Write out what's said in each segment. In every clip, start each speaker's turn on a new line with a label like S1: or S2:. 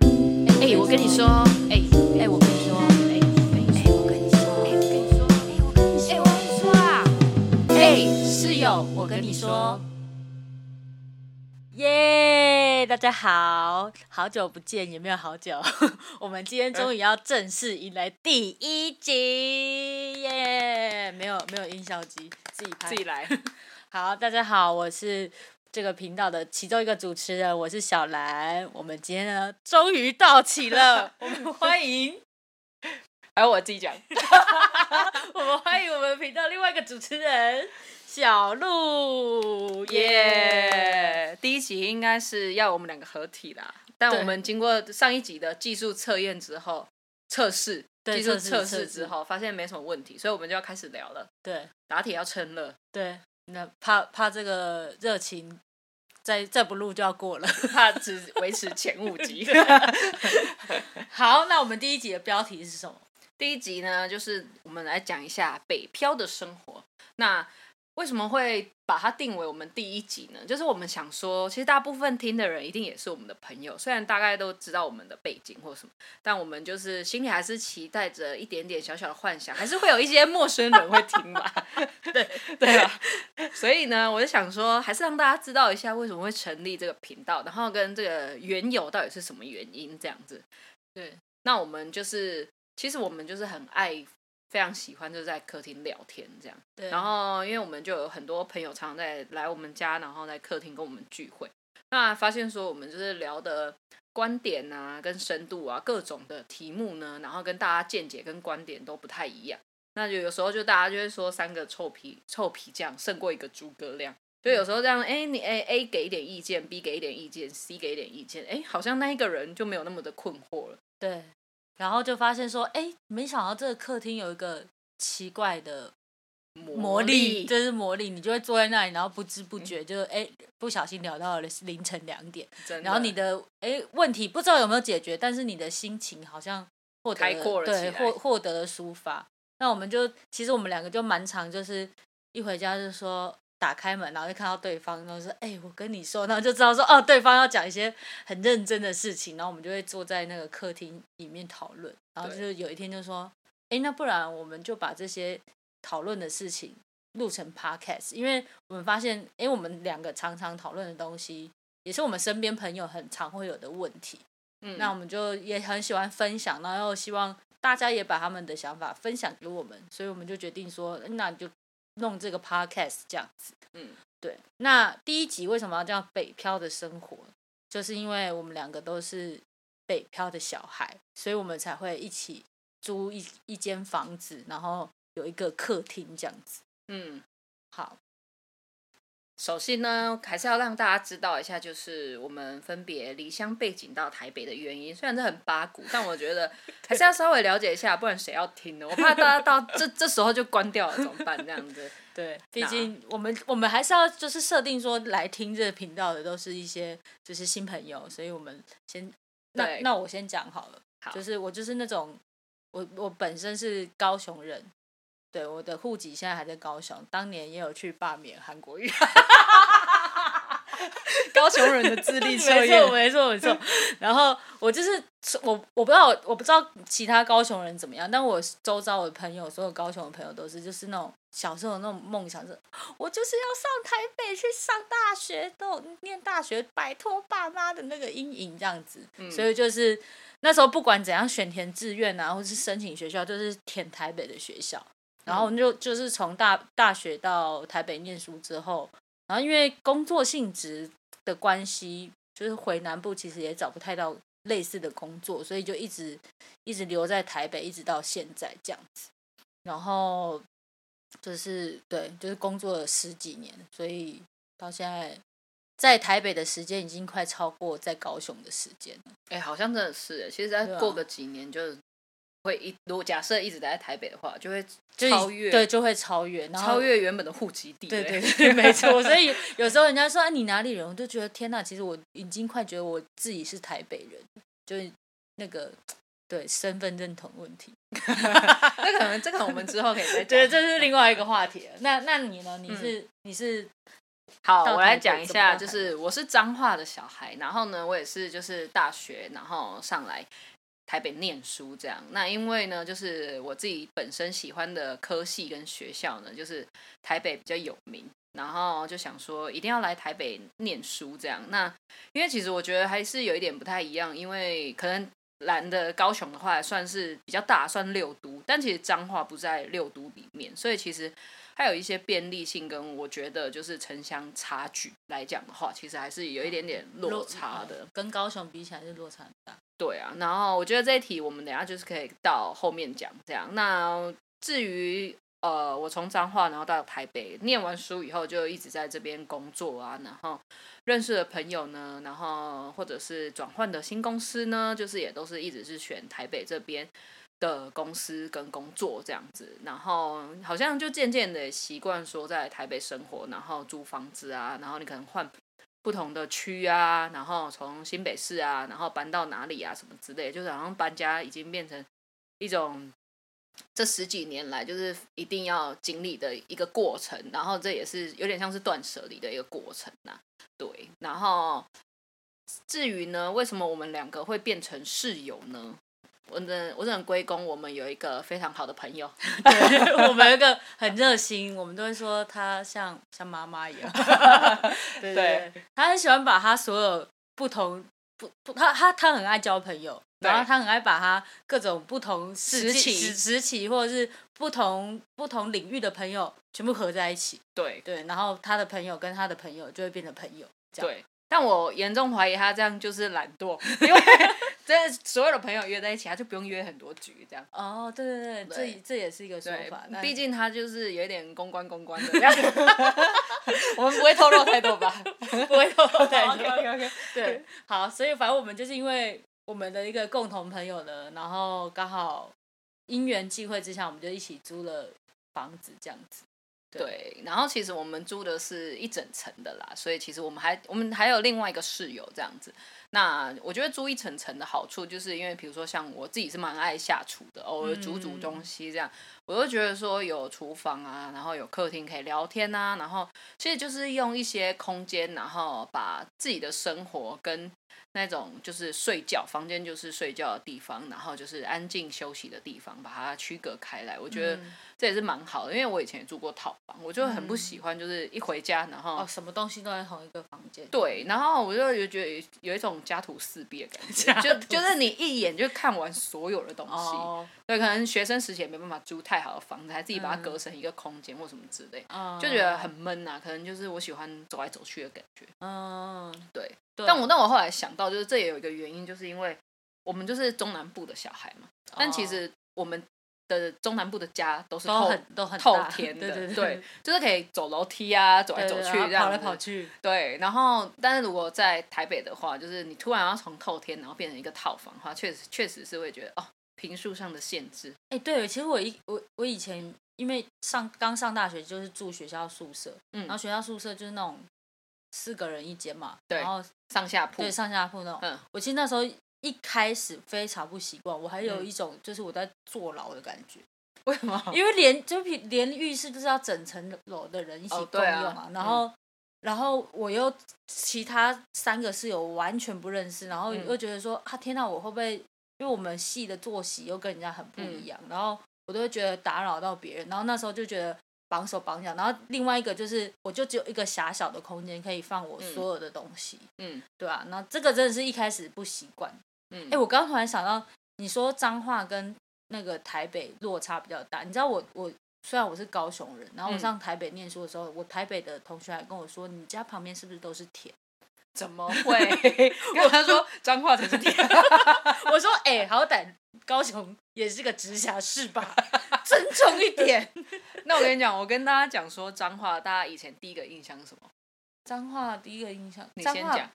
S1: 哎，我跟你说，哎哎，我跟你说，哎哎哎，我跟你说，哎我跟你说，哎我跟你说，哎我跟你说啊，哎室友，我跟你说，
S2: 耶大家好，好久不见，也没有好久。 我们今天终于要正式迎来第一集，耶、没有没有音效机，自己拍。
S3: 自己来。
S2: 好，大家好，我是这个频道的其中一个主持人，我是小兰。我们今天呢，终于到齐了，我们欢迎，
S3: 还有我自己讲，
S2: 我们欢迎我们频道另外一个主持人小鹿，耶、
S3: 耶！第一集应该是要我们两个合体啦，但
S2: 对
S3: 我们经过上一集的技术测验之后，测试
S2: 对
S3: 技术
S2: 测试
S3: 测
S2: 测
S3: 试
S2: 试
S3: 之后，发现没什么问题，所以我们就要开始聊了。
S2: 对。
S3: 打铁要 趁热，
S2: 对，那怕怕这个热情再再不录就要过了。
S3: 怕只维持前五集。
S2: 好，那我们第一集的标题是什么？
S3: 第一集呢，就是我们来讲一下北漂的生活。那为什么会把它定为我们第一集呢？就是我们想说，其实大部分听的人一定也是我们的朋友，虽然大概都知道我们的背景或什么，但我们就是心里还是期待着一点点小小的幻想，还是会有一些陌生人会听吧。 对对吧？所以呢，我就想说，还是让大家知道一下为什么会成立这个频道，然后跟这个缘由到底是什么原因这样子。
S2: 对，
S3: 那我们就是，其实我们就是很爱，非常喜欢就是在客厅聊天这样。
S2: 对，
S3: 然后因为我们就有很多朋友常常在来我们家，然后在客厅跟我们聚会。那发现说我们就是聊的观点啊，跟深度啊，各种的题目呢，然后跟大家见解跟观点都不太一样。那就有时候就大家就会说三个臭皮臭皮匠胜过一个诸葛亮。就有时候这样，哎、你哎 A 给一点意见，B 给一点意见，C 给一点意见，哎、好像那一个人就没有那么的困惑了。
S2: 对，然后就发现说，哎，没想到这个客厅有一个奇怪的魔力，这是魔力，你就会坐在那里，然后不知不觉就哎、不小心聊到了凌晨两点，
S3: 真的
S2: 然后你的哎问题不知道有没有解决，但是你的心情好像获得
S3: 开阔了
S2: 对
S3: 起来
S2: 获获得了抒发。那我们就其实我们两个就蛮常就是一回家就说打开门，然后就看到对方，然后说哎、我跟你说，然后就知道说哦对方要讲一些很认真的事情，然后我们就会坐在那个客厅里面讨论，然后
S3: 对
S2: 就是有一天就说哎、那不然我们就把这些讨论的事情录成 podcast，因为我们发现，哎、我们两个常常讨论的东西，也是我们身边朋友很常会有的问题。
S3: 嗯
S2: 那我们就也很喜欢分享，然后希望大家也把他们的想法分享给我们，所以我们就决定说，诶那你就弄这个 podcast 这样子。
S3: 嗯，
S2: 对。那第一集为什么要叫北漂的生活？就是因为我们两个都是北漂的小孩，所以我们才会一起租一一间房子，然后有一个客厅这样子。
S3: 嗯，
S2: 好，
S3: 首先呢，还是要让大家知道一下，就是我们分别离乡背景到台北的原因。虽然这很八股，但我觉 得还是要稍微了解一下，不然谁要听呢？我怕大家到这 这时候就关掉了，怎么办？这样子，
S2: 对，毕
S3: 那
S2: 竟我们我们还是要就是设定说来听这个频道的都是一些就是新朋友，所以我们先那
S3: 对
S2: 那我先讲好了，
S3: 好
S2: 就是我就是那种我我本身是高雄人，对我的户籍现在还在高雄，当年也有去罢免韩国瑜，
S3: 高雄人的智力测
S2: 没
S3: 验
S2: 错，没错没 错。然后我就是我我不知道我不知道其他高雄人怎么样，但我周遭我的朋友，所有高雄的朋友都是就是那种小时候的那种梦想，是我就是要上台北去上大学，都念大学，摆脱爸妈的那个阴影这样子。
S3: 嗯
S2: 所以就是那时候不管怎样选填志愿啊，或是申请学校，就是填台北的学校。然后就就是从大大学到台北念书之后，然后因为工作性质的关系，就是回南部其实也找不太到类似的工作，所以就一直一直留在台北，一直到现在这样子。然后就是对，就是工作了十几年，所以到现在在台北的时间已经快超过在高雄的时间了。
S3: 哎、好像真的是耶。其实再
S2: 对啊
S3: 过个几年就会一，如果假设一直待在台北的话，就会
S2: 就
S3: 超越
S2: 对，就会超越，然后
S3: 超越原本的户籍地。
S2: 对对对，没 错。所以有时候人家说、啊、你哪里人，我就觉得天哪，其实我已经快觉得我自己是台北人，就是那个对身份认同问题。
S3: 这可能这个我们之后可以再
S2: 对，
S3: 讲。
S2: 这是另外一个话题了。那那你呢？你是、你是
S3: 好，
S2: 到
S3: 我
S2: 台
S3: 来
S2: 北
S3: 讲一
S2: 怎么到
S3: 下，
S2: 台
S3: 就
S2: 北
S3: 是我是彰化的小孩，然后呢，我也是就是大学，然后上来台北念书这样。那因为呢，就是我自己本身喜欢的科系跟学校呢，就是台北比较有名，然后就想说一定要来台北念书这样。那因为其实我觉得还是有一点不太一样，因为可能蓝的高雄的话算是比较大，算六都，但其实彰化不在六都里面，所以其实它有一些便利性跟我觉得就是城乡差距来讲的话，其实还是有一点点落差的。
S2: 跟高雄比起来是落差很大。
S3: 对啊，然后我觉得这一题我们等一下就是可以到后面讲这样。那至于呃，我从彰化然后到台北念完书以后，就一直在这边工作啊，然后认识的朋友呢，然后或者是转换的新公司呢，就是也都是一直是选台北这边的公司跟工作这样子，然后好像就渐渐的习惯说在台北生活，然后租房子啊，然后你可能换不同的区啊，然后从新北市啊，然后搬到哪里啊，什么之类，就是好像搬家已经变成一种这十几年来就是一定要经历的一个过程，然后这也是有点像是断舍离的一个过程呐、对，然后至于呢，为什么我们两个会变成室友呢？我只我只能归功我们有一个非常好的朋友，
S2: 我们有一个很热心，我们都会说他像像妈妈一样。 对对
S3: 对
S2: 对，他很喜欢把他所有不同不不，他他他很爱交朋友，
S3: 对
S2: 然后他很爱把他各种不同事
S3: 时
S2: 件
S3: 期
S2: 时时期或者是不同不同领域的朋友全部合在一起。
S3: 对
S2: 对，然后他的朋友跟他的朋友就会变成朋友。这样
S3: 对，但我严重怀疑他这样就是懒 惰，因为这所有的朋友约在一起，他就不用约很多局这样。
S2: 哦，对对对，
S3: 对
S2: 这这也是一个说
S3: 对
S2: 法。但，
S3: 毕竟他就是有一点公关公 关的这样， 我们不会透露太多吧？
S2: 不会透露太
S3: OK
S2: 多。
S3: OK OK，
S2: 对，好，所以反正我们就是因为我们的一个共同朋友呢，然后刚好因缘际会之下，我们就一起租了房子这样子。
S3: 对，然后其实我们租的是一整层的啦，所以其实我们还我们还有另外一个室友这样子。那我觉得租一整层的好处，就是因为比如说像我自己是蛮爱下厨的，偶尔煮煮东西这样，我就觉得说有厨房啊，然后有客厅可以聊天啊，然后其实就是用一些空间，然后把自己的生活跟那种就是睡觉房间就是睡觉的地方，然后就是安静休息的地方，把它区隔开来。我觉得
S2: 嗯
S3: 这也是蛮好的，因为我以前也住过套房，我就很不喜欢，就是一回家然后。
S2: 哦，什么东西都在同一个房间。
S3: 对，然后我就觉得有有一种家徒四壁的感觉，
S2: 家
S3: 就
S2: 徒
S3: 就是你一眼就看完所有的东西。
S2: 哦，
S3: 对，可能学生时期也没办法租太好的房子，还自己把它
S2: 嗯
S3: 隔成一个空间或什么之类，
S2: 嗯
S3: 就觉得很闷呐、可能就是我喜欢走来走去的感觉。
S2: 嗯，
S3: 对，
S2: 对
S3: 但我但我后来想到，就是这也有一个原因，就是因为我们就是中南部的小孩嘛，但其实我们的中南部的家都是
S2: 哦都
S3: 透
S2: 很都很
S3: 透
S2: 大
S3: 天的，
S2: 对对
S3: 对，就是可以走楼梯啊，走来
S2: 对
S3: 走
S2: 对
S3: 去
S2: 然后
S3: 这样
S2: 跑来
S3: 子
S2: 跑去。
S3: 对，然后但是如果在台北的话，就是你突然要从透天，然后变成一个套房的话，确实确实是会觉得哦，平数上的限制，
S2: 哎、对，其实我一我我以前因为上刚上大学就是住学校宿舍，
S3: 嗯
S2: 然后学校宿舍就是那种四个人一间嘛，
S3: 对
S2: 然后
S3: 上下铺
S2: 对，上下铺那种。
S3: 嗯
S2: 我其实那时候一开始非常不习惯，我还有
S3: 嗯
S2: 一种就是我在坐牢的感觉，
S3: 为什么？
S2: 因为连就比连浴室就是要整层楼的人一起
S3: 哦
S2: 共
S3: 对
S2: 用
S3: 啊
S2: 嘛，然后、然后我又其他三个室友完全不认识，然后
S3: 嗯
S2: 又觉得说、啊天哪，我会不会因为我们系的作息又跟人家很不一样，
S3: 嗯
S2: 然后我都会觉得打扰到别人，然后那时候就觉得。绑手绑脚，然后另外一个就是，我就只有一个狭小的空间可以放我
S3: 嗯
S2: 所有的东西，
S3: 嗯
S2: 对啊，那这个真的是一开始不习惯。
S3: 嗯，
S2: 哎、我刚刚突然想到，你说彰化跟那个台北落差比较大，你知道我我虽然我是高雄人，然后我
S3: 嗯
S2: 上台北念书的时候，我台北的同学还跟我说，你家旁边是不是都是田？
S3: 怎 么会？跟他说脏话才是甜，
S2: 我说，哎、好歹高雄也是个直辖市吧，尊重一点。
S3: 那我跟你讲，我跟大家讲说脏话，大家以前第一个印象是什么？
S2: 彰化第一个印象，
S3: 你
S2: 彰
S3: 先
S2: 化
S3: 讲。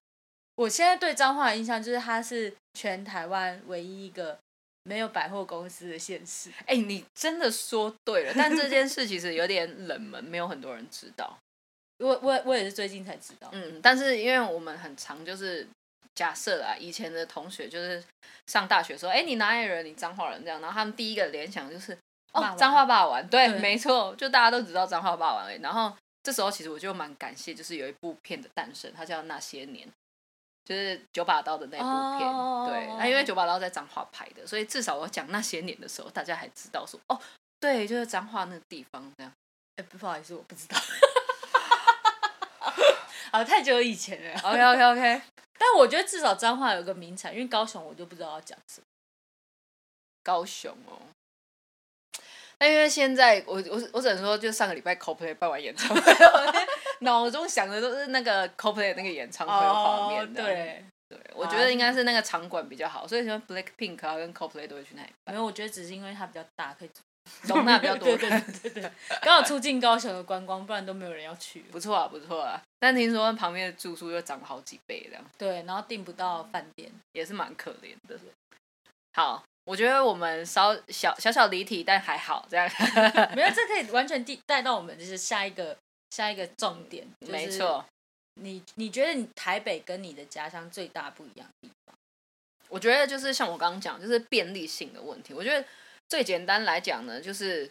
S2: 我现在对彰化的印象就是，它是全台湾唯一一个没有百货公司的县市。
S3: 哎、你真的说对了，但这件事其实有点冷门，没有很多人知道。
S2: 我我我也是最近才知道。
S3: 嗯，但是因为我们很常就是假设啦，以前的同学就是上大学说，哎、你哪里人？你彰化人这样，然后他们第一个联想就是
S2: 霸
S3: 哦
S2: 王，
S3: 彰化霸王，对，
S2: 对
S3: 没错，就大家都只知道彰化霸王而已。然后这时候其实我就蛮感谢，就是有一部片的诞生，它叫《那些年》。就是九把刀的那部片。
S2: 哦
S3: 对，那因为九把刀在彰化拍的，所以至少我讲那些年的时候，大家还知道说哦，对，就是彰化那个地方这样。
S2: 哎、不好意思，我不知道。啊，太久以前了。
S3: OK OK OK，
S2: 但我觉得至少彰化有个名产，因为高雄我就不知道要讲什么。
S3: 高雄哦。那因为现在我我我只能说，就上个礼拜 CoPlay 办完演唱会， 脑中想的都是那个 CoPlay 那个演唱会的画面。这样，
S2: 哦对，啊
S3: 对，我觉得应该是那个场馆比较好，所以像 Blackpink 啊跟 CoPlay 都会 去那里
S2: 没有，我觉得只是因为它比较大，可以
S3: 容纳比较多
S2: 对对
S3: 人。
S2: 对对对，刚好促进高雄的观光，不然都没有人要去。
S3: 不错啊，不错啊。但听说旁边的住宿又涨了好几倍，这样
S2: 对，然后订不到饭店。
S3: 也是蛮可怜的。好，我觉得我们稍小小小离题，但还好这样。
S2: 没有，这可以完全地带到我们就是下一个下一个重点。就是、
S3: 没错，
S2: 你你觉得你台北跟你的家乡最大不一样的地方？
S3: 我觉得就是像我刚刚讲，就是便利性的问题。我觉得最简单来讲呢，就是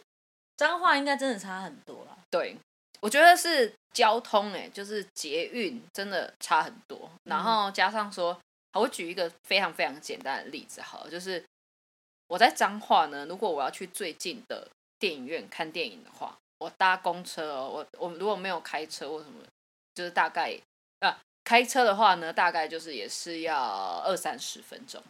S2: 彰化应该真的差很多啦。
S3: 对，我觉得是交通、欸，哎，就是捷运真的差很多。然后加上说，好我举一个非常非常简单的例子，好了，就是我在彰化呢，如果我要去最近的电影院看电影的话，我搭公车哦，我我如果没有开车或什么，就是大概啊，开车的话呢，大概就是也是要二三十分钟。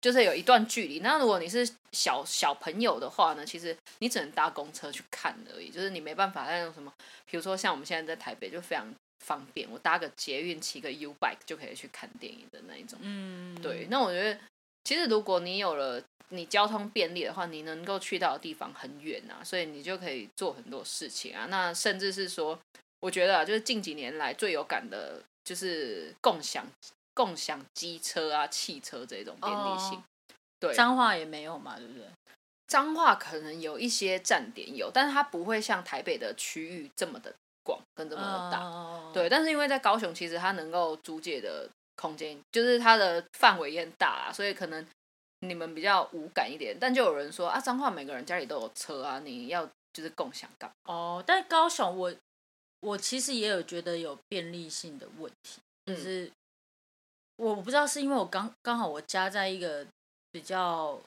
S3: 就是有一段距离。那如果你是小小朋友的话呢，其实你只能搭公车去看而已，就是你没办法那种什么，比如说像我们现在在台北就非常方便，我搭个捷运、骑个 U bike 就可以去看电影的那一种。
S2: 嗯，
S3: 对，那我觉得其实如果你有了你交通便利的话，你能够去到的地方很远啊，所以你就可以做很多事情啊。那甚至是说，我觉得啊，就是近几年来最有感的就是共享共享机车啊、汽车这种便利性。
S2: 哦
S3: 对，
S2: 彰化也没有嘛，对不对？
S3: 彰化可能有一些站点有，但是它不会像台北的区域这么的广跟这么的大。
S2: 哦，
S3: 对，但是因为在高雄，其实它能够租借的空间，就是它的范围也很大啊，所以可能你们比较无感一点。但就有人说啊，彰化每个人家里都有车啊，你要就是共享干嘛？
S2: 哦，但高雄我我其实也有觉得有便利性的问题，就
S3: 嗯
S2: 是我不知道是因为我刚刚好我家在一个比较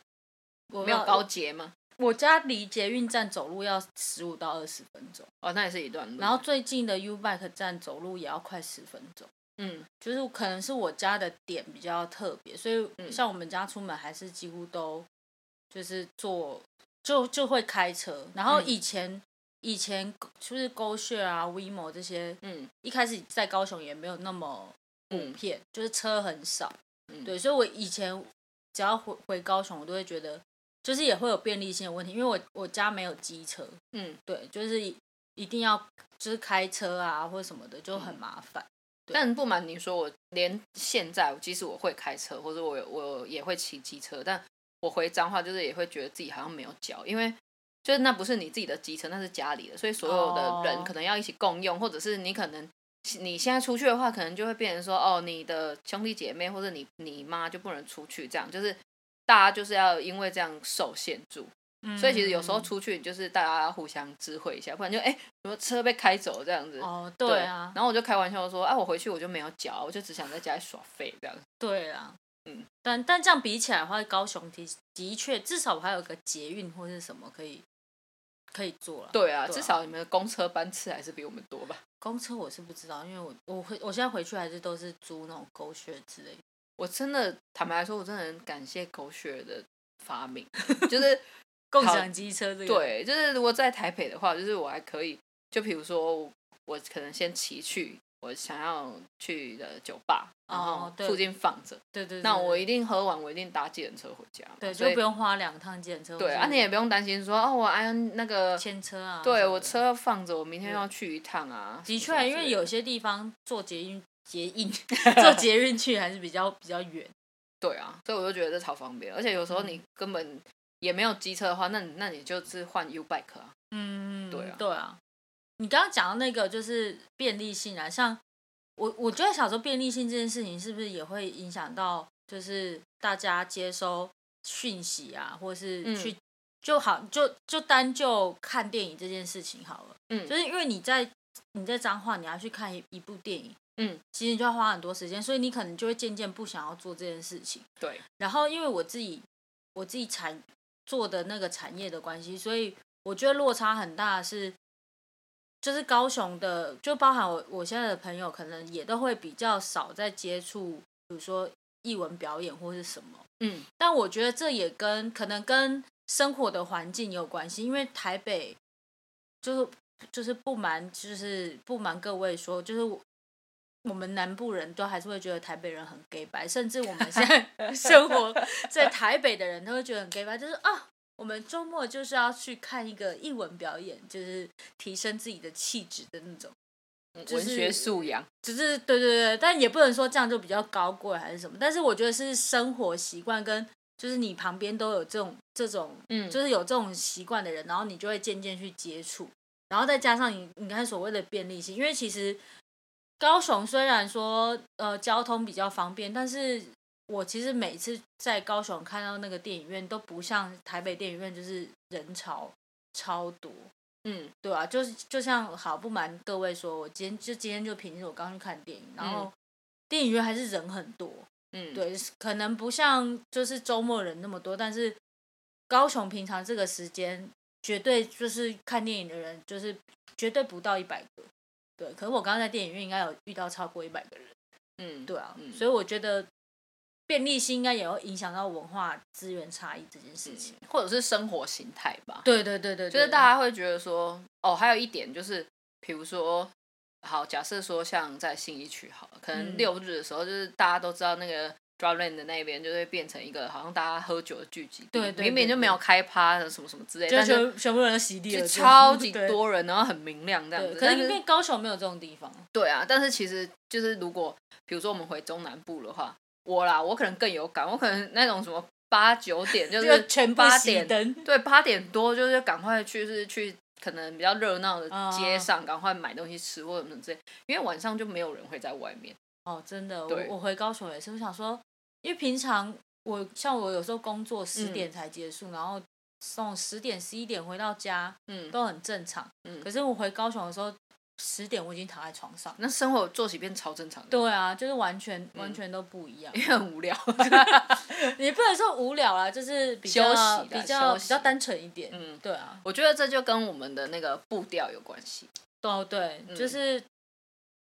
S2: 我
S3: 没有
S2: 不知道
S3: 高捷吗？
S2: 我家离捷运站走路要十五到二十分钟，
S3: 哦，那也是一段路。
S2: 然后最近的 U Bike 站走路也要快十分钟。
S3: 嗯，
S2: 就是可能是我家的点比较特别，所以
S3: 嗯
S2: 像我们家出门还是几乎都就是坐就就会开车。然后
S3: 嗯
S2: 以前、以前就是勾血啊、WeMo 这些，
S3: 嗯
S2: 一开始在高雄也没有那么普
S3: 嗯
S2: 遍，就是车很少。
S3: 嗯
S2: 对，所以我以前只要回回高雄，我都会觉得就是也会有便利性的问题，因为我我家没有机车，
S3: 嗯，
S2: 对，就是一一定要就是开车啊或者什么的就很麻烦。对
S3: 但不瞒你说，我连现在，即使我会开车，或者我有我也会骑机车，但我回彰化就是也会觉得自己好像没有脚，因为就是那不是你自己的机车，那是家里的，所以所有的
S2: 哦
S3: 人可能要一起共用，或者是你可能你现在出去的话，可能就会变成说，哦，你的兄弟姐妹或者你你妈就不能出去，这样就是大家就是要因为这样受限住。所以其实有时候
S2: 嗯
S3: 出去就是大家互相知会一下，不然就哎、什么车被开走这样子。
S2: 哦，对啊，
S3: 然后我就开玩笑说，啊，我回去我就没有脚，我就只想在家里耍废这样。
S2: 对啦，
S3: 嗯，
S2: 但但这样比起来的话，高雄的的确至少还有个捷运或是什么可以可以做了。，
S3: 对啊，
S2: 对啊
S3: 至少你们的公车班次还是比我们多吧？
S2: 公车我是不知道，因为我我回我现在回去还是都是租那种狗血之类的。
S3: 我真的坦白来说，我真的很感谢狗血的发明， 就是
S2: 共
S3: 好
S2: 享机车这个，，
S3: 对，就是如果在台北的话，就是我还可以，就比如说我我可能先骑去我想要去的酒吧，然后
S2: 哦对
S3: 附近放着，
S2: 对对对
S3: 那我一定喝完，我一定搭计程车回家嘛，
S2: 对
S3: 所
S2: 就
S3: 以
S2: 不用花两趟计程车，
S3: 对啊，你也不用担心说哦，我哎那个。
S2: 牵车啊。
S3: 对
S2: 什么
S3: 我
S2: 的，
S3: 车放着，我明天要去一趟啊。
S2: 的
S3: 什么
S2: 确，
S3: 之
S2: 因为
S3: 类的
S2: 有些地方坐捷运捷 运坐捷运去还是比较比较远。
S3: 对啊，所以我就觉得这超方便，而且有时
S2: 嗯
S3: 候你根本也没有机车的话，那你那你就是换 U bike 啊。
S2: 嗯，
S3: 对啊
S2: 对啊。你刚刚讲到那个就是便利性啊，像我我就在想说，便利性这件事情是不是也会影响到，就是大家接收讯息啊，或是
S3: 嗯
S2: 去、就好就就单就看电影这件事情好了，
S3: 嗯
S2: 就是因为你在你在彰化，你要去看一一部电影，
S3: 嗯，
S2: 其实你就要花很多时间，所以你可能就会渐渐不想要做这件事情。
S3: 对，
S2: 然后因为我自己我自己产做的那个产业的关系，所以我觉得落差很大的是，就是高雄的，就包含我我现在的朋友，可能也都会比较少在接触，比如说艺文表演或是什么。
S3: 嗯，
S2: 但我觉得这也跟可能跟生活的环境有关系，因为台北就是就是不瞒就是不瞒各位说，就是我我们南部人都还是会觉得台北人很 gay 白，甚至我们现 在 生活在台北的人都会觉得很 gay 白，就是啊。我们周末就是要去看一个艺文表演，就是提升自己的气质的那种。就是
S3: 嗯文学素养，
S2: 只是对对对，但也不能说这样就比较高贵还是什么。但是我觉得是生活习惯跟就是你旁边都有这种这种，
S3: 嗯
S2: 就是有这种习惯的人，然后你就会渐渐去接触，然后再加上你你刚才所谓的便利性，因为其实高雄虽然说呃交通比较方便，但是我其实每次在高雄看到那个电影院都不像台北电影院就是人潮超多，
S3: 嗯
S2: 对啊，就是就像好不瞒各位说，我今天就今天就平时我刚去看电影，然后电影院还是人很多，
S3: 嗯，
S2: 对，可能不像就是周末人那么多，但是高雄平常这个时间绝对就是看电影的人就是绝对不到一百个，对，可是我刚刚在电影院应该有遇到超过一百个人，
S3: 嗯
S2: 对啊，
S3: 嗯
S2: 所以我觉得便利性应该也会影响到文化资源差异这件事情。
S3: 或者是生活形态吧，
S2: 对对对对，
S3: 就是
S2: 对
S3: 大家嗯会觉得说，哦，还有一点就是，比如说，好，假设说像在信义区好了，可能
S2: 嗯
S3: 六日的时候，就是大家都知道那个 Dry Land 的那边就会变成一个好像大家喝酒的聚集地，
S2: 对对
S3: 明明就没有开趴什么什么之类，
S2: 就
S3: 但是
S2: 全全部人都洗地
S3: 就
S2: 了，
S3: 超级
S2: 对
S3: 多人，然后很明亮这样
S2: 对，
S3: 子，
S2: 可
S3: 但
S2: 是因为高雄没有这种地方，
S3: 对啊，但是其实就是如果比如说我们回中南部的话，我啦，我可能更有感，我可能那种什么八九点就是
S2: 全部
S3: 八
S2: 熄
S3: 点，
S2: 灯，
S3: 对，八点多就是赶快去是去可能比较热闹的街
S2: 嗯
S3: 上，赶、快买东西吃或者什么之类，因为晚上就没有人会在外面。
S2: 哦，真的，我
S3: 对
S2: 我回高雄也是，我想说，因为平常我像我有时候工作十
S3: 嗯
S2: 点才结束，然后从十点十一点回到家
S3: 嗯，
S2: 都很正常，
S3: 嗯
S2: 可是我回高雄的时候十点我已经躺在床上，
S3: 那生活作息变超正常的，
S2: 对啊，就是完全
S3: 嗯
S2: 完全都不一样，
S3: 因为很无聊。
S2: 也不能说无聊啦，就是比
S3: 休息
S2: 较
S3: 啦
S2: 比较
S3: 休息
S2: 比较单纯一点，
S3: 嗯，
S2: 对啊，
S3: 我觉得这就跟我们的那个步调有关系。
S2: 哦对，
S3: 嗯
S2: 就是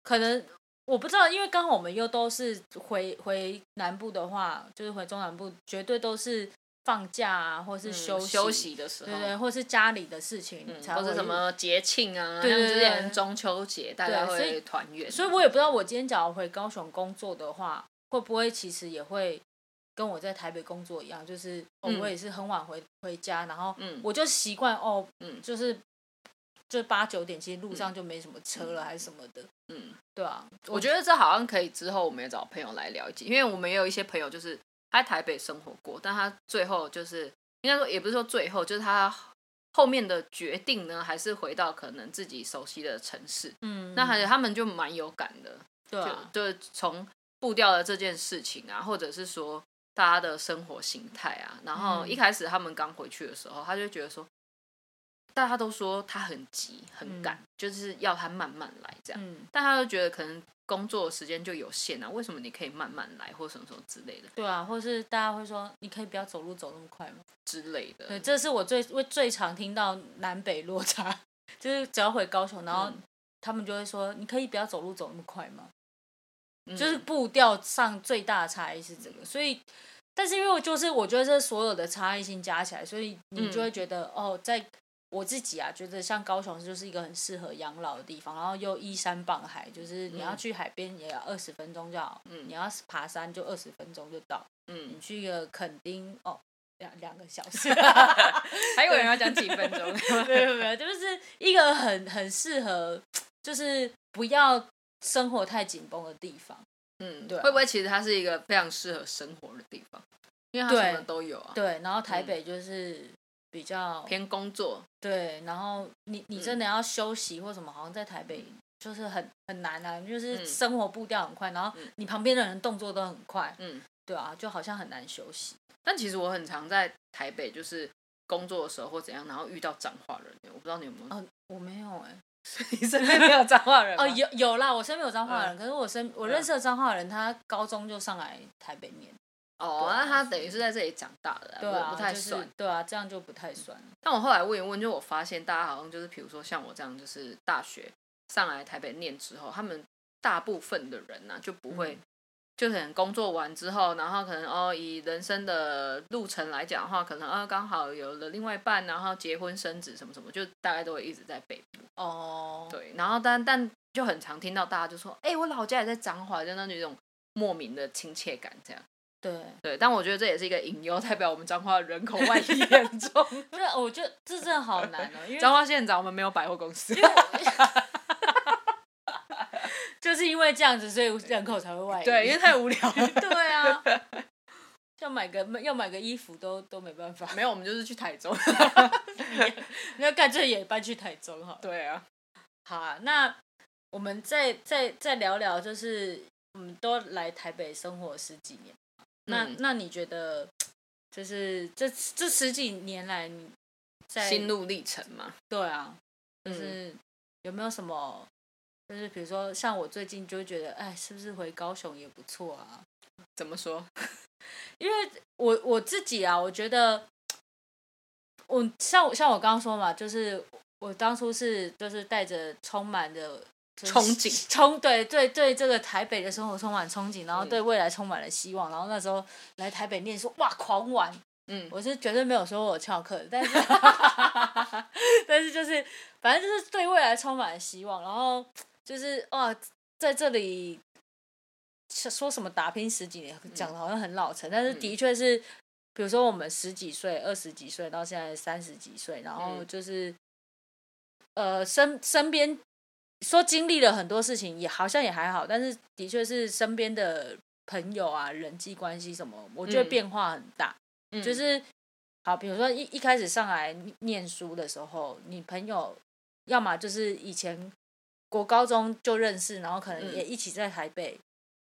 S2: 可能我不知道，因为刚好我们又都是回回南部的话，就是回中南部，绝对都是放假啊，或是
S3: 嗯
S2: 休息、
S3: 休息的时候，
S2: 对对，或是家里的事情
S3: 嗯
S2: 才
S3: 或者
S2: 会
S3: 什。么节庆啊，
S2: 对
S3: 像
S2: 对
S3: 之
S2: 对
S3: 前中秋节大家
S2: 对所以
S3: 会团圆，
S2: 所以我也不知道，我今天假如回高雄工作的话，会不会其实也会跟我在台北工作一样，就是、哦
S3: 嗯
S2: 我也是很晚回回家，然后
S3: 嗯
S2: 我就习惯哦，
S3: 嗯
S2: 就是就八九点，其实路上就没什么车了，还是什么的，
S3: 嗯，
S2: 对啊，
S3: 我觉得这好像可以之后我们也找朋友来聊一集，因为我们也有一些朋友就是他在台北生活过，但他最后就是应该说也不是说最后，就是他后面的决定呢，还是回到可能自己熟悉的城市，
S2: 嗯，
S3: 那还他们就蛮有感的，
S2: 对啊，
S3: 就就从步调的这件事情啊，或者是说大家的生活形态啊，然后
S2: 嗯
S3: 一开始他们刚回去的时候，他就会觉得说，大家都说他很急很赶，就是要他慢慢来这样，
S2: 嗯，
S3: 但他就觉得可能工作时间就有限啊，为什么你可以慢慢来或什么什么之类的
S2: 对啊，或是大家会说，你可以不要走路走那么快吗？
S3: 之类的，
S2: 对，这是我最我最常听到南北落差，就是只要回高雄，然后
S3: 嗯
S2: 他们就会说，你可以不要走路走那么快吗？
S3: 嗯
S2: 就是步调上最大的差异是这个，所以。但是因为我就是我觉得这所有的差异性加起来，所以你
S3: 嗯
S2: 就会觉得、哦，在我自己啊，觉得像高雄就是一个很适合养老的地方，然后又依山傍海，就是你要
S3: 嗯
S2: 去海边也要二十分钟就好，
S3: 嗯
S2: 你要爬山就二十分钟就到，你
S3: 嗯，
S2: 去一个垦丁哦，两两个小时，
S3: 还有人要讲几分钟，
S2: 没有没有，就是一个很很适合，就是不要生活太紧绷的地方。
S3: 嗯，
S2: 对啊
S3: 会不会其实它是一个非常适合生活的地方，因为它什么
S2: 对
S3: 都有啊，
S2: 对，然后台北就是比较、
S3: 偏嗯工作，
S2: 对，然后你你真的要休息或什么，好像在台北就是很很难啊，就是
S3: 嗯
S2: 生活步调很快，然后
S3: 嗯
S2: 你旁边的人动作都很快，
S3: 嗯。
S2: 对啊，就好像很难休息。
S3: 但其实我很常在台北就是工作的时候或怎样，然后遇到彰化人，我不知道你有没有，
S2: 哦，我没有哎、
S3: 你身边没有彰化人吗
S2: 哦，有有啦，我身边有彰化人，
S3: 嗯
S2: 可是我身我
S3: 嗯
S2: 认识的彰化人，他高中就上来台北念，
S3: 哦，那他等于是在这里长大的啦，
S2: 对啊，
S3: 不不太
S2: 就是
S3: 算。
S2: 对啊，这样就不太算。
S3: 但我后来问一问，就我发现大家好像就是，比如说像我这样，就是大学上来台北念之后，他们大部分的人呢、就不会，
S2: 嗯
S3: 就可能工作完之后，然后可能哦，以人生的路程来讲的话，可能哦刚好有了另外一半，然后结婚生子什么什么，就大概都会一直在北部。
S2: 哦，
S3: 对，然后但但就很常听到大家就说，哎、我老家也在彰化，就那种莫名的亲切感这样。
S2: 对，
S3: 对，但我觉得这也是一个隐忧，代表我们彰化人口外 移严重。
S2: 不是，我觉得这真的好难哦，因为
S3: 彰化县长我们没有百货公司，
S2: 就是因为这样子，所以人口才会外移。
S3: 对，因为太无聊了。
S2: 对啊，要买个要买个衣服都都没办法。
S3: 没有，我们就是去台中。
S2: 那干脆也搬去台中好了。
S3: 对啊，
S2: 好啊，那我们再再再聊聊，就是我们都来台北生活十几年，那、
S3: 嗯
S2: 那你觉得，就是这这十几年来，你在
S3: 心路历程嘛。
S2: 对啊，就
S3: 嗯
S2: 是有没有什么，就是比如说像我最近就会觉得，哎，是不是回高雄也不错啊？
S3: 怎么说？
S2: 因为我我自己啊，我觉得我像我像我刚刚说嘛，就是我当初是就是带着充满着就是
S3: 憧憬
S2: 冲对对对这个台北的生活充满憧憬，然后
S3: 嗯
S2: 对未来充满了希望，然后那时候来台北念书，哇，狂玩，
S3: 嗯，
S2: 我是绝对没有说我翘课的， 但是 但是就是反正就是对未来充满了希望，然后就是哇，在这里说什么打拼十几
S3: 嗯
S2: 年，讲的好像很老成，但是的确是，比如说我们十几岁、二十几岁到现在三十几岁，然后
S3: 嗯
S2: 就是、呃身身边说经历了很多事情，也好像也还好，但是的确是身边的朋友啊、人际关系什么，我觉得
S3: 嗯
S2: 变化很大。
S3: 嗯
S2: 就是好，比如说一一开始上来念书的时候，你朋友要么就是以前国高中就认识，然后可能
S3: 嗯
S2: 也一起在台北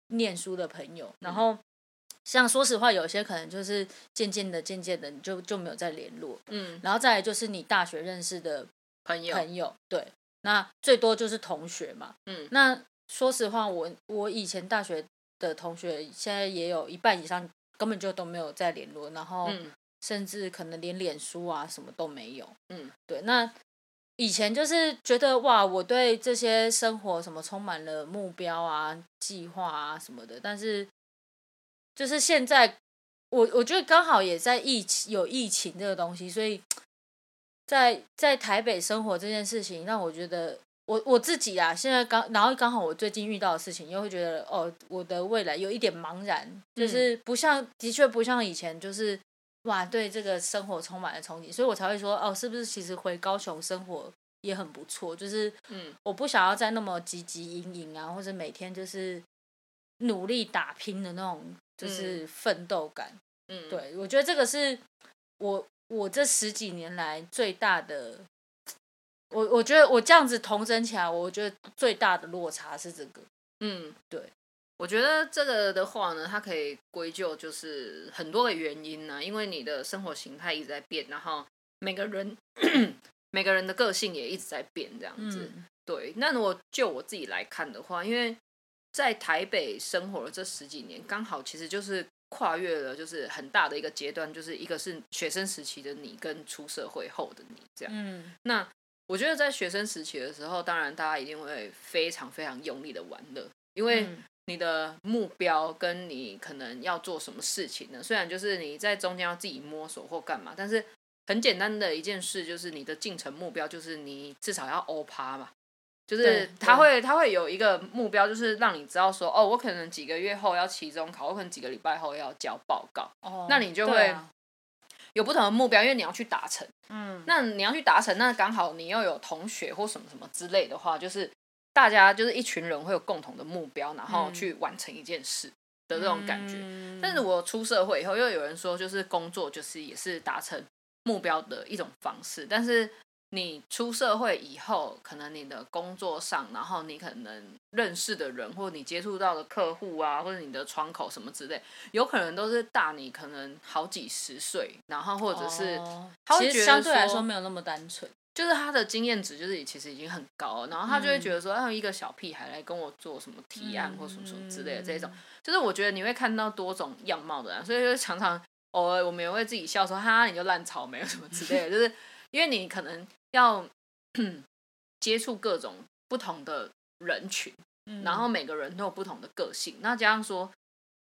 S2: 念书的朋友，然后像说实话，有些可能就是渐渐的、渐渐的，你就就没有再联络，
S3: 嗯，
S2: 然后再来就是你大学认识的
S3: 朋友，
S2: 朋友，对，那最多就是同学嘛。
S3: 嗯
S2: 那说实话，我我以前大学的同学，现在也有一半以上根本就都没有再联络，然后
S3: 嗯
S2: 甚至可能连脸书啊什么都没有。
S3: 嗯，
S2: 对，那以前就是觉得哇，我对这些生活什么充满了目标啊、计划啊什么的，但是就是现在，我我觉得刚好也在疫情有疫情这个东西，所以在在台北生活这件事情，让我觉得。我我自己啊，现在刚，然后刚好我最近遇到的事情，又会觉得哦，我的未来有一点茫然，就是不像，的确不像以前，就是哇，对这个生活充满了憧憬，所以我才会说，哦，是不是其实回高雄生活也很不错？就是
S3: 嗯
S2: 我不想要再那么汲汲营营啊，或者每天就是努力打拼的那种，就是奋斗感。
S3: 嗯，，
S2: 对我觉得这个是我我这十几年来最大的，我我觉得我这样子童真起来，我觉得最大的落差是这个。
S3: 嗯
S2: 对。
S3: 我觉得这个的话呢，它可以归咎就是很多个原因呢、因为你的生活形态一直在变，然后每个人 每个人的个性也一直在变，这样子。
S2: 嗯
S3: 对，那如果就我自己来看的话，因为在台北生活了这十几年，刚好其实就是跨越了就是很大的一个阶段，就是一个是学生时期的你跟出社会后的你这样。
S2: 嗯
S3: 那我觉得在学生时期的时候，当然大家一定会非常非常用力的玩乐，因为
S2: 嗯
S3: 你的目标跟你可能要做什么事情呢？虽然就是你在中间要自己摸索或干嘛，但是很简单的一件事就是你的进程目标就是你至少要欧趴嘛，就
S2: 对
S3: 是他
S2: 对
S3: 会他会有一个目标，就是让你知道说哦，我可能几个月后要期中考，我可能几个礼拜后要交报告，
S2: 哦
S3: 那你就
S2: 对
S3: 会
S2: 啊
S3: 有不同的目标，因为你要去达成。
S2: 嗯
S3: 那你要去达成，那刚好你又有同学或什么什么之类的话，就是大家就是一群人会有共同的目标，然后
S2: 嗯
S3: 去完成一件事的这种感觉。
S2: 嗯
S3: 但是我出社会以后，又有人说，就是工作就是也是达成目标的一种方式。但是你出社会以后，可能你的工作上，然后你可能认识的人，或你接触到的客户啊，或者你的窗口什么之类，有可能都是大你可能好几十岁，然后或者是
S2: 哦
S3: 他会
S2: 其
S3: 觉
S2: 实
S3: 得
S2: 相对来
S3: 说
S2: 说没有那么单纯。
S3: 就是他的经验值就是其实已经很高了，然后他就会觉得说，啊让一个小屁孩来跟我做什么提案或什么什么之类的这
S2: 嗯
S3: 种，就是我觉得你会看到多种样貌的人，所以就常常偶尔我们也会自己笑说，哈，你就烂草莓什么之类的，就是因为你可能要 接触各种不同的人群，
S2: 嗯
S3: 然后每个人都有不同的个性，那加上说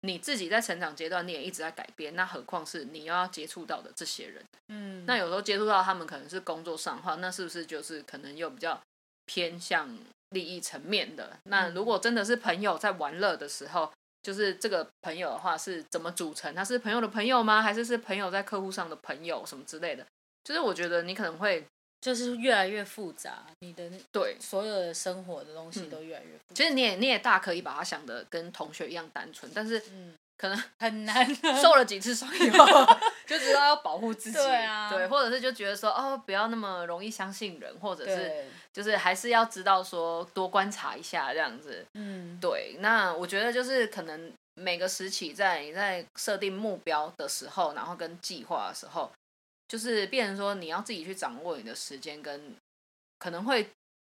S3: 你自己在成长阶段你也一直在改变，那何况是你又要接触到的这些人。
S2: 嗯，
S3: 那有时候接触到他们可能是工作上的话，那是不是就是可能又比较偏向利益层面的？那如果真的是朋友在玩乐的时候，就是这个朋友的话是怎么组成？他是朋友的朋友吗？还是是朋友在客户上的朋友什么之类的？就是我觉得你可能会
S2: 就是越来越复杂，你的那
S3: 对，
S2: 所有的生活的东西
S3: 嗯
S2: 都越来越复杂，
S3: 其实你也你也大可以把他想的跟同学一样单纯，但是
S2: 嗯，
S3: 可能
S2: 很难啊。
S3: 受了几次伤 以后，就知道要保护自己，
S2: 对啊
S3: 对，或者是就觉得说哦，不要那么容易相信人，或者是
S2: 对，
S3: 就是还是要知道说多观察一下这样子。
S2: 嗯，
S3: 对，那我觉得就是可能每个时期在在设定目标的时候，然后跟计划的时候，就是变成说你要自己去掌握你的时间，跟可能会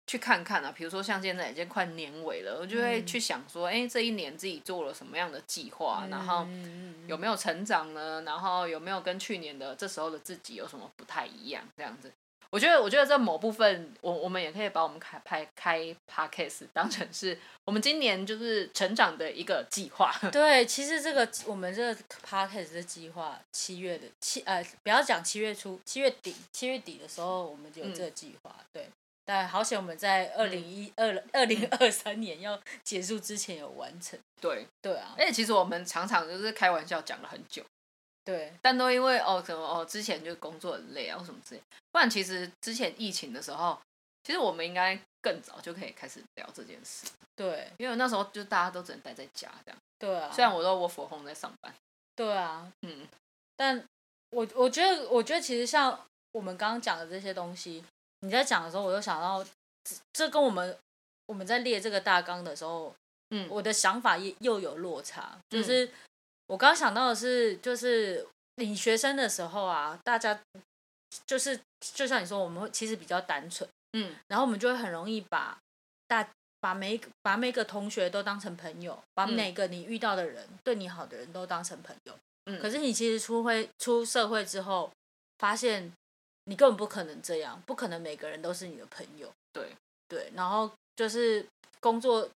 S3: 去看看啊，比如说像现在已经快年尾了，我就会
S2: 嗯
S3: 去想说，哎、这一年自己做了什么样的计
S2: 啊
S3: 划，然后。
S2: 嗯嗯嗯
S3: 有没有成长呢？然后有没有跟去年的这时候的自己有什么不太一样？这样子，我觉得，我觉得这某部分，我我们也可以把我们开拍开 podcast 当成是我们今年就是成长的一个计划。
S2: 对，其实这个我们这个 podcast 的计划，七月的七呃，不要讲七月初，七月底，七月底的时候我们就有这个计划，对。但好险我们在二零一二二零二三年要结束之前有完成，
S3: 对，
S2: 对啊，
S3: 而且其实我们常常就是开玩笑讲了很久，
S2: 对，
S3: 但都因为哦什么哦之前就工作很累啊或什么之类，不然其实之前疫情的时候，其实我们应该更早就可以开始聊这件事，
S2: 对，
S3: 因为那时候就大家都只能待在家这样，
S2: 对啊，
S3: 虽然我都我佛红在上班，
S2: 对啊，
S3: 嗯
S2: 但我我觉得，我觉得其实像我们刚刚讲的这些东西，你在讲的时候，我就想到，这这跟我们我们在列这个大纲的时候，
S3: 嗯，
S2: 我的想法也又有落差。就
S3: 嗯
S2: 是我刚刚想到的是，就是你学生的时候啊，大家就是就像你说，我们会其实比较单纯，
S3: 嗯
S2: 然后我们就会很容易把大把每一个把每个同学都当成朋友，把
S3: 嗯
S2: 每个你遇到的人、对你好的人都当成朋友。
S3: 嗯，
S2: 可是你其实出会出社会之后，发现你根本不可能这样，不可能每个人都是你的朋友。
S3: 对
S2: 对，然后就是工作，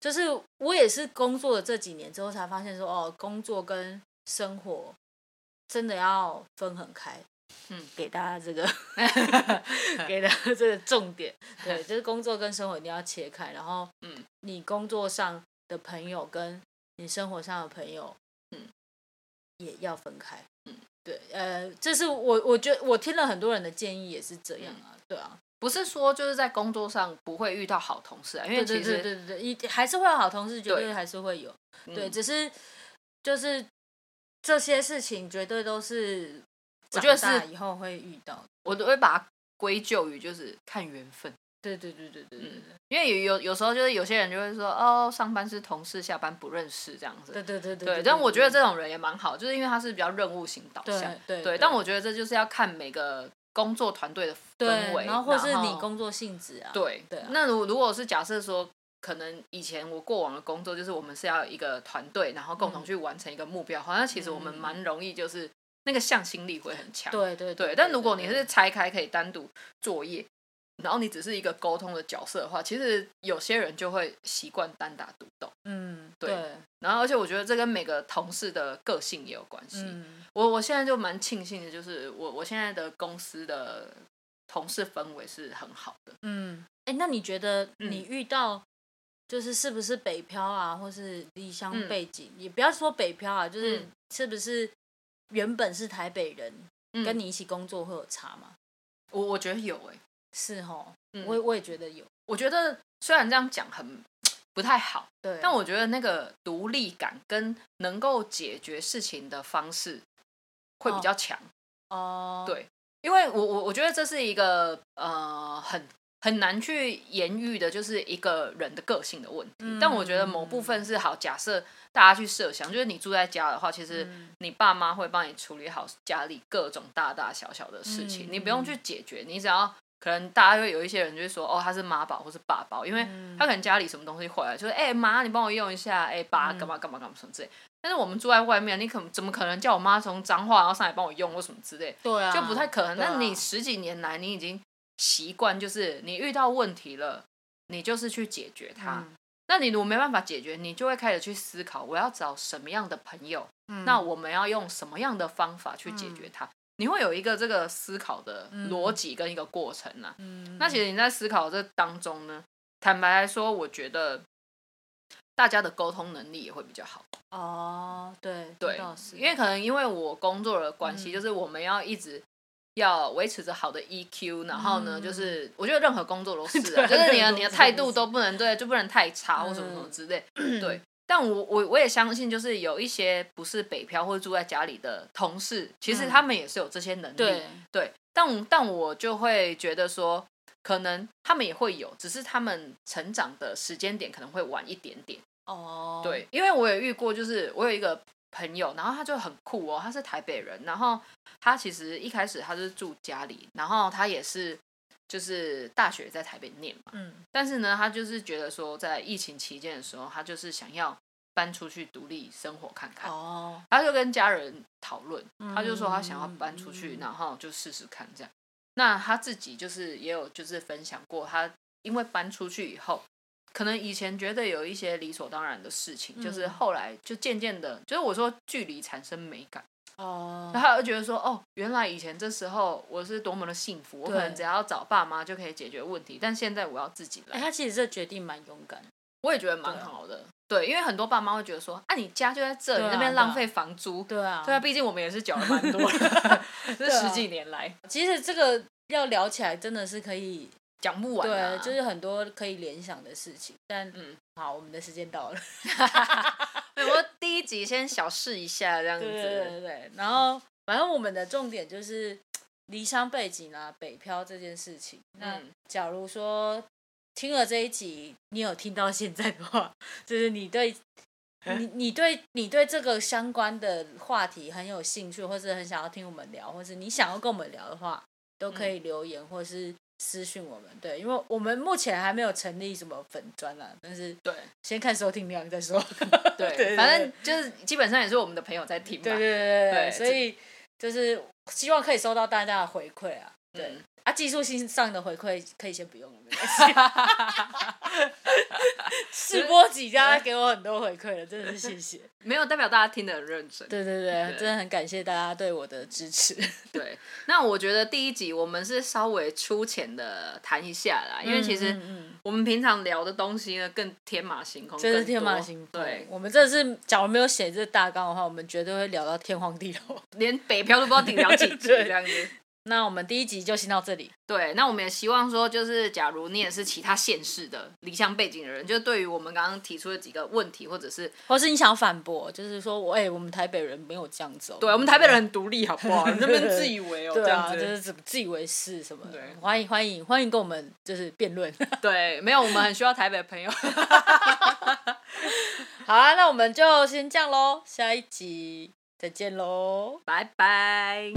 S2: 就是我也是工作了这几年之后才发现说，哦，工作跟生活真的要分很开。
S3: 嗯，
S2: 给大家 这个 给的这个重点，对，就是工作跟生活一定要切开，然后，
S3: 嗯，
S2: 你工作上的朋友跟你生活上的朋友，
S3: 嗯，
S2: 也要分开，
S3: 嗯，
S2: 对，呃，这是我我觉得我听了很多人的建议也是这样
S3: 嗯
S2: 啊，对啊，
S3: 不是说就是在工作上不会遇到好同事啊，因为
S2: 对对
S3: 其实
S2: 对对对对，一定还是会有好同事，绝
S3: 对
S2: 对还是会有，
S3: 嗯
S2: 对，只是就是这些事情绝对都是
S3: 我
S2: 长
S3: 觉得
S2: 大
S3: 是
S2: 以后会遇到的，
S3: 我都会把它归咎于就是看缘分，
S2: 对对对对对对
S3: 嗯因为有有有时候就是有些人就会说哦，上班是同事，下班不认识这样子。
S2: 对对对对
S3: 对，但我觉得这种人也蛮好，就是因为他是比较任务型导向。
S2: 对对对
S3: 但我觉得这就是要看每个工作团队的氛围，
S2: 对，然后或是你工作性质啊，
S3: 对
S2: 对啊
S3: 那如如果是假设说，可能以前我过往的工作就是我们是要一个团队，然后共
S2: 嗯
S3: 同去完成一个目标的话，那其实我们蛮容易就是那个向心力会很强。
S2: 对对
S3: 对，但如果你是拆开可以单独作业，然后你只是一个沟通的角色的话，其实有些人就会习惯单打独斗。
S2: 嗯
S3: 对
S2: 对
S3: 然后，而且我觉得这跟每个同事的个性也有关系。
S2: 嗯
S3: 我我现在就蛮庆幸的，就是我我现在的公司的同事氛围是很好的。
S2: 嗯，哎，那你觉得
S3: 嗯
S2: 你遇到就是是不是北漂啊，或是离乡
S3: 嗯
S2: 背景，也不要说北漂啊，就是
S3: 嗯
S2: 是不是原本是台北人，
S3: 嗯
S2: 跟你一起工作会有差吗？
S3: 我我觉得有哎、
S2: 是哦，
S3: 嗯
S2: 我也我也觉得有，
S3: 我觉得虽然这样讲很不太好，
S2: 对，
S3: 但我觉得那个独立感跟能够解决事情的方式会比较强，
S2: 哦，
S3: 对因为我我我觉得这是一个呃很很难去言喻的，就是一个人的个性的问题。
S2: 嗯
S3: 但我觉得某部分是好，假设大家去设想，就是你住在家的话，其实
S2: 嗯
S3: 你爸妈会帮你处理好家里各种大大小小的事情，
S2: 嗯
S3: 你不用去解决，你只要可能大家会有一些人就会说，哦，他是妈宝或是爸宝，因为
S2: 嗯
S3: 他可能家里什么东西坏了，就是哎、妈，你帮我用一下，哎、爸，
S2: 嗯
S3: 干嘛干嘛干嘛什么之类。但是我们住在外面，你可怎么可能叫我妈从脏话然后上来帮我用或什么之类？
S2: 对啊，
S3: 就不太可能。
S2: 对啊
S3: 那你十几年来，你已经习惯，就是你遇到问题了，你就是去解决它。
S2: 嗯
S3: 那你如果没办法解决，你就会开始去思考，我要找什么样的朋友，
S2: 嗯
S3: 那我们要用什么样的方法去解决它。你会有一个这个思考的逻辑跟一个过程啊。
S2: 嗯
S3: 那其实你在思考这当中呢，坦白来说，我觉得大家的沟通能力也会比较好。
S2: 哦，对
S3: 对
S2: 这倒是，
S3: 因为可能因为我工作的关系，
S2: 嗯
S3: 就是我们要一直要维持着好的 EQ，然后呢，
S2: 嗯
S3: 就是我觉得任何工作都是、
S2: 对
S3: 啊，
S2: 啊
S3: 就是
S2: 任
S3: 你的
S2: 何
S3: 你的
S2: 工作
S3: 态
S2: 都
S3: 度
S2: 是嗯
S3: 都不能对，就不能太差或什么什么之 类，对。但我我我也相信，就是有一些不是北漂或者住在家里的同事，其实
S2: 嗯
S3: 他们也是有这些能力，
S2: 对
S3: 对，但我但我就会觉得说，可能他们也会有，只是他们成长的时间点可能会晚一点点。
S2: 哦，
S3: 对，因为我也遇过，就是我有一个朋友，然后他就很酷哦，他是台北人，然后他其实一开始他就是住家里，然后他也是就是大学在台北念嘛，
S2: 嗯
S3: 但是呢，他就是觉得说在疫情期间的时候，他就是想要搬出去独立生活看看，
S2: 哦，
S3: 他就跟家人讨论，他就说他想要搬出去，
S2: 嗯
S3: 然后就试试看这样。那他自己就是也有就是分享过，他因为搬出去以后，可能以前觉得有一些理所当然的事情，就是
S2: 嗯
S3: 后来就渐渐的，就是我说距离产生美感，
S2: 哦，
S3: 然后他就觉得说，嗯哦，原来以前这时候我是多么的幸福，我可能
S2: 对
S3: 只要找爸妈就可以解决问题，但现在我要自己
S2: 哎，
S3: 来，
S2: 他其实这决定蛮勇敢的，
S3: 我也觉得蛮
S2: 对啊
S3: 好的。对，因为很多爸妈会觉得说，啊，你家就在这，
S2: 对
S3: 你那
S2: 啊
S3: 边
S2: 对
S3: 浪
S2: 啊
S3: 费房租，
S2: 对啊，
S3: 对啊，毕竟我们也是缴了蛮 多的，这
S2: 对啊
S3: 十几年来
S2: 其实这个要聊起来真的是可以，
S3: 讲不完、啊。
S2: 对，就是很多可以联想的事情，但
S3: 嗯，
S2: 好，我们的时间到了。
S3: 没有我第一集先小试一下这样
S2: 对对对
S3: 子。嗯
S2: 对对，然后反正我们的重点就是离乡背景啊，北漂这件事情。那
S3: 嗯
S2: 假如说听了这一集，你有听到现在的话，就是你对。你你对你对这个相关的话题很有兴趣，或是很想要听我们聊，或是你想要跟我们聊的话，都可以留言或是私讯我们。对，因为我们目前还没有成立什么粉砖啦，但是
S3: 对
S2: 先看收听量再说。
S3: 对
S2: 对
S3: 反正就是基本上也是我们的朋友在听嘛。
S2: 对对对对对，
S3: 对
S2: 所以就是希望可以收到大家的回馈啊。对、
S3: 嗯
S2: 啊，技术性上的回馈可以先不用了，没关系 试播几家给我很多回馈了，真的是谢谢。
S3: 没有代表大家听得很认 真。
S2: 对对对，真的很感谢大家对我的支持。
S3: 对，那我觉得第一集我们是稍微粗浅的谈一下啦，因为其
S2: 嗯
S3: 实
S2: 嗯
S3: 我们平常聊的东西呢更天马行空，
S2: 真的
S3: 更
S2: 天马
S3: 多
S2: 行空。
S3: 对，
S2: 我们这次假如没有写这大纲的话，我们绝对会聊到天荒地老。
S3: 连北漂都不知道顶聊几集
S2: 对
S3: 这样子。
S2: 那我们第一集就先到这里。
S3: 对，那我们也希望说，就是假如你也是其他县市的离乡背景的人，就对于我们刚刚提出的几个问题，或者是
S2: 或是你想反驳，就是说我哎、我们台北人没有这样子、哦。
S3: 对我们台北人很独立，好不好？你那边自以为 哦、
S2: 对
S3: 这样
S2: 啊，
S3: 子，
S2: 就是怎么自以为是什么的
S3: 对，
S2: 欢迎欢迎欢迎跟我们就是辩论。
S3: 对，没有，我们很需要台北的朋 友。
S2: 好啊，那我们就先这样喽，下一集再见喽。
S3: 拜拜。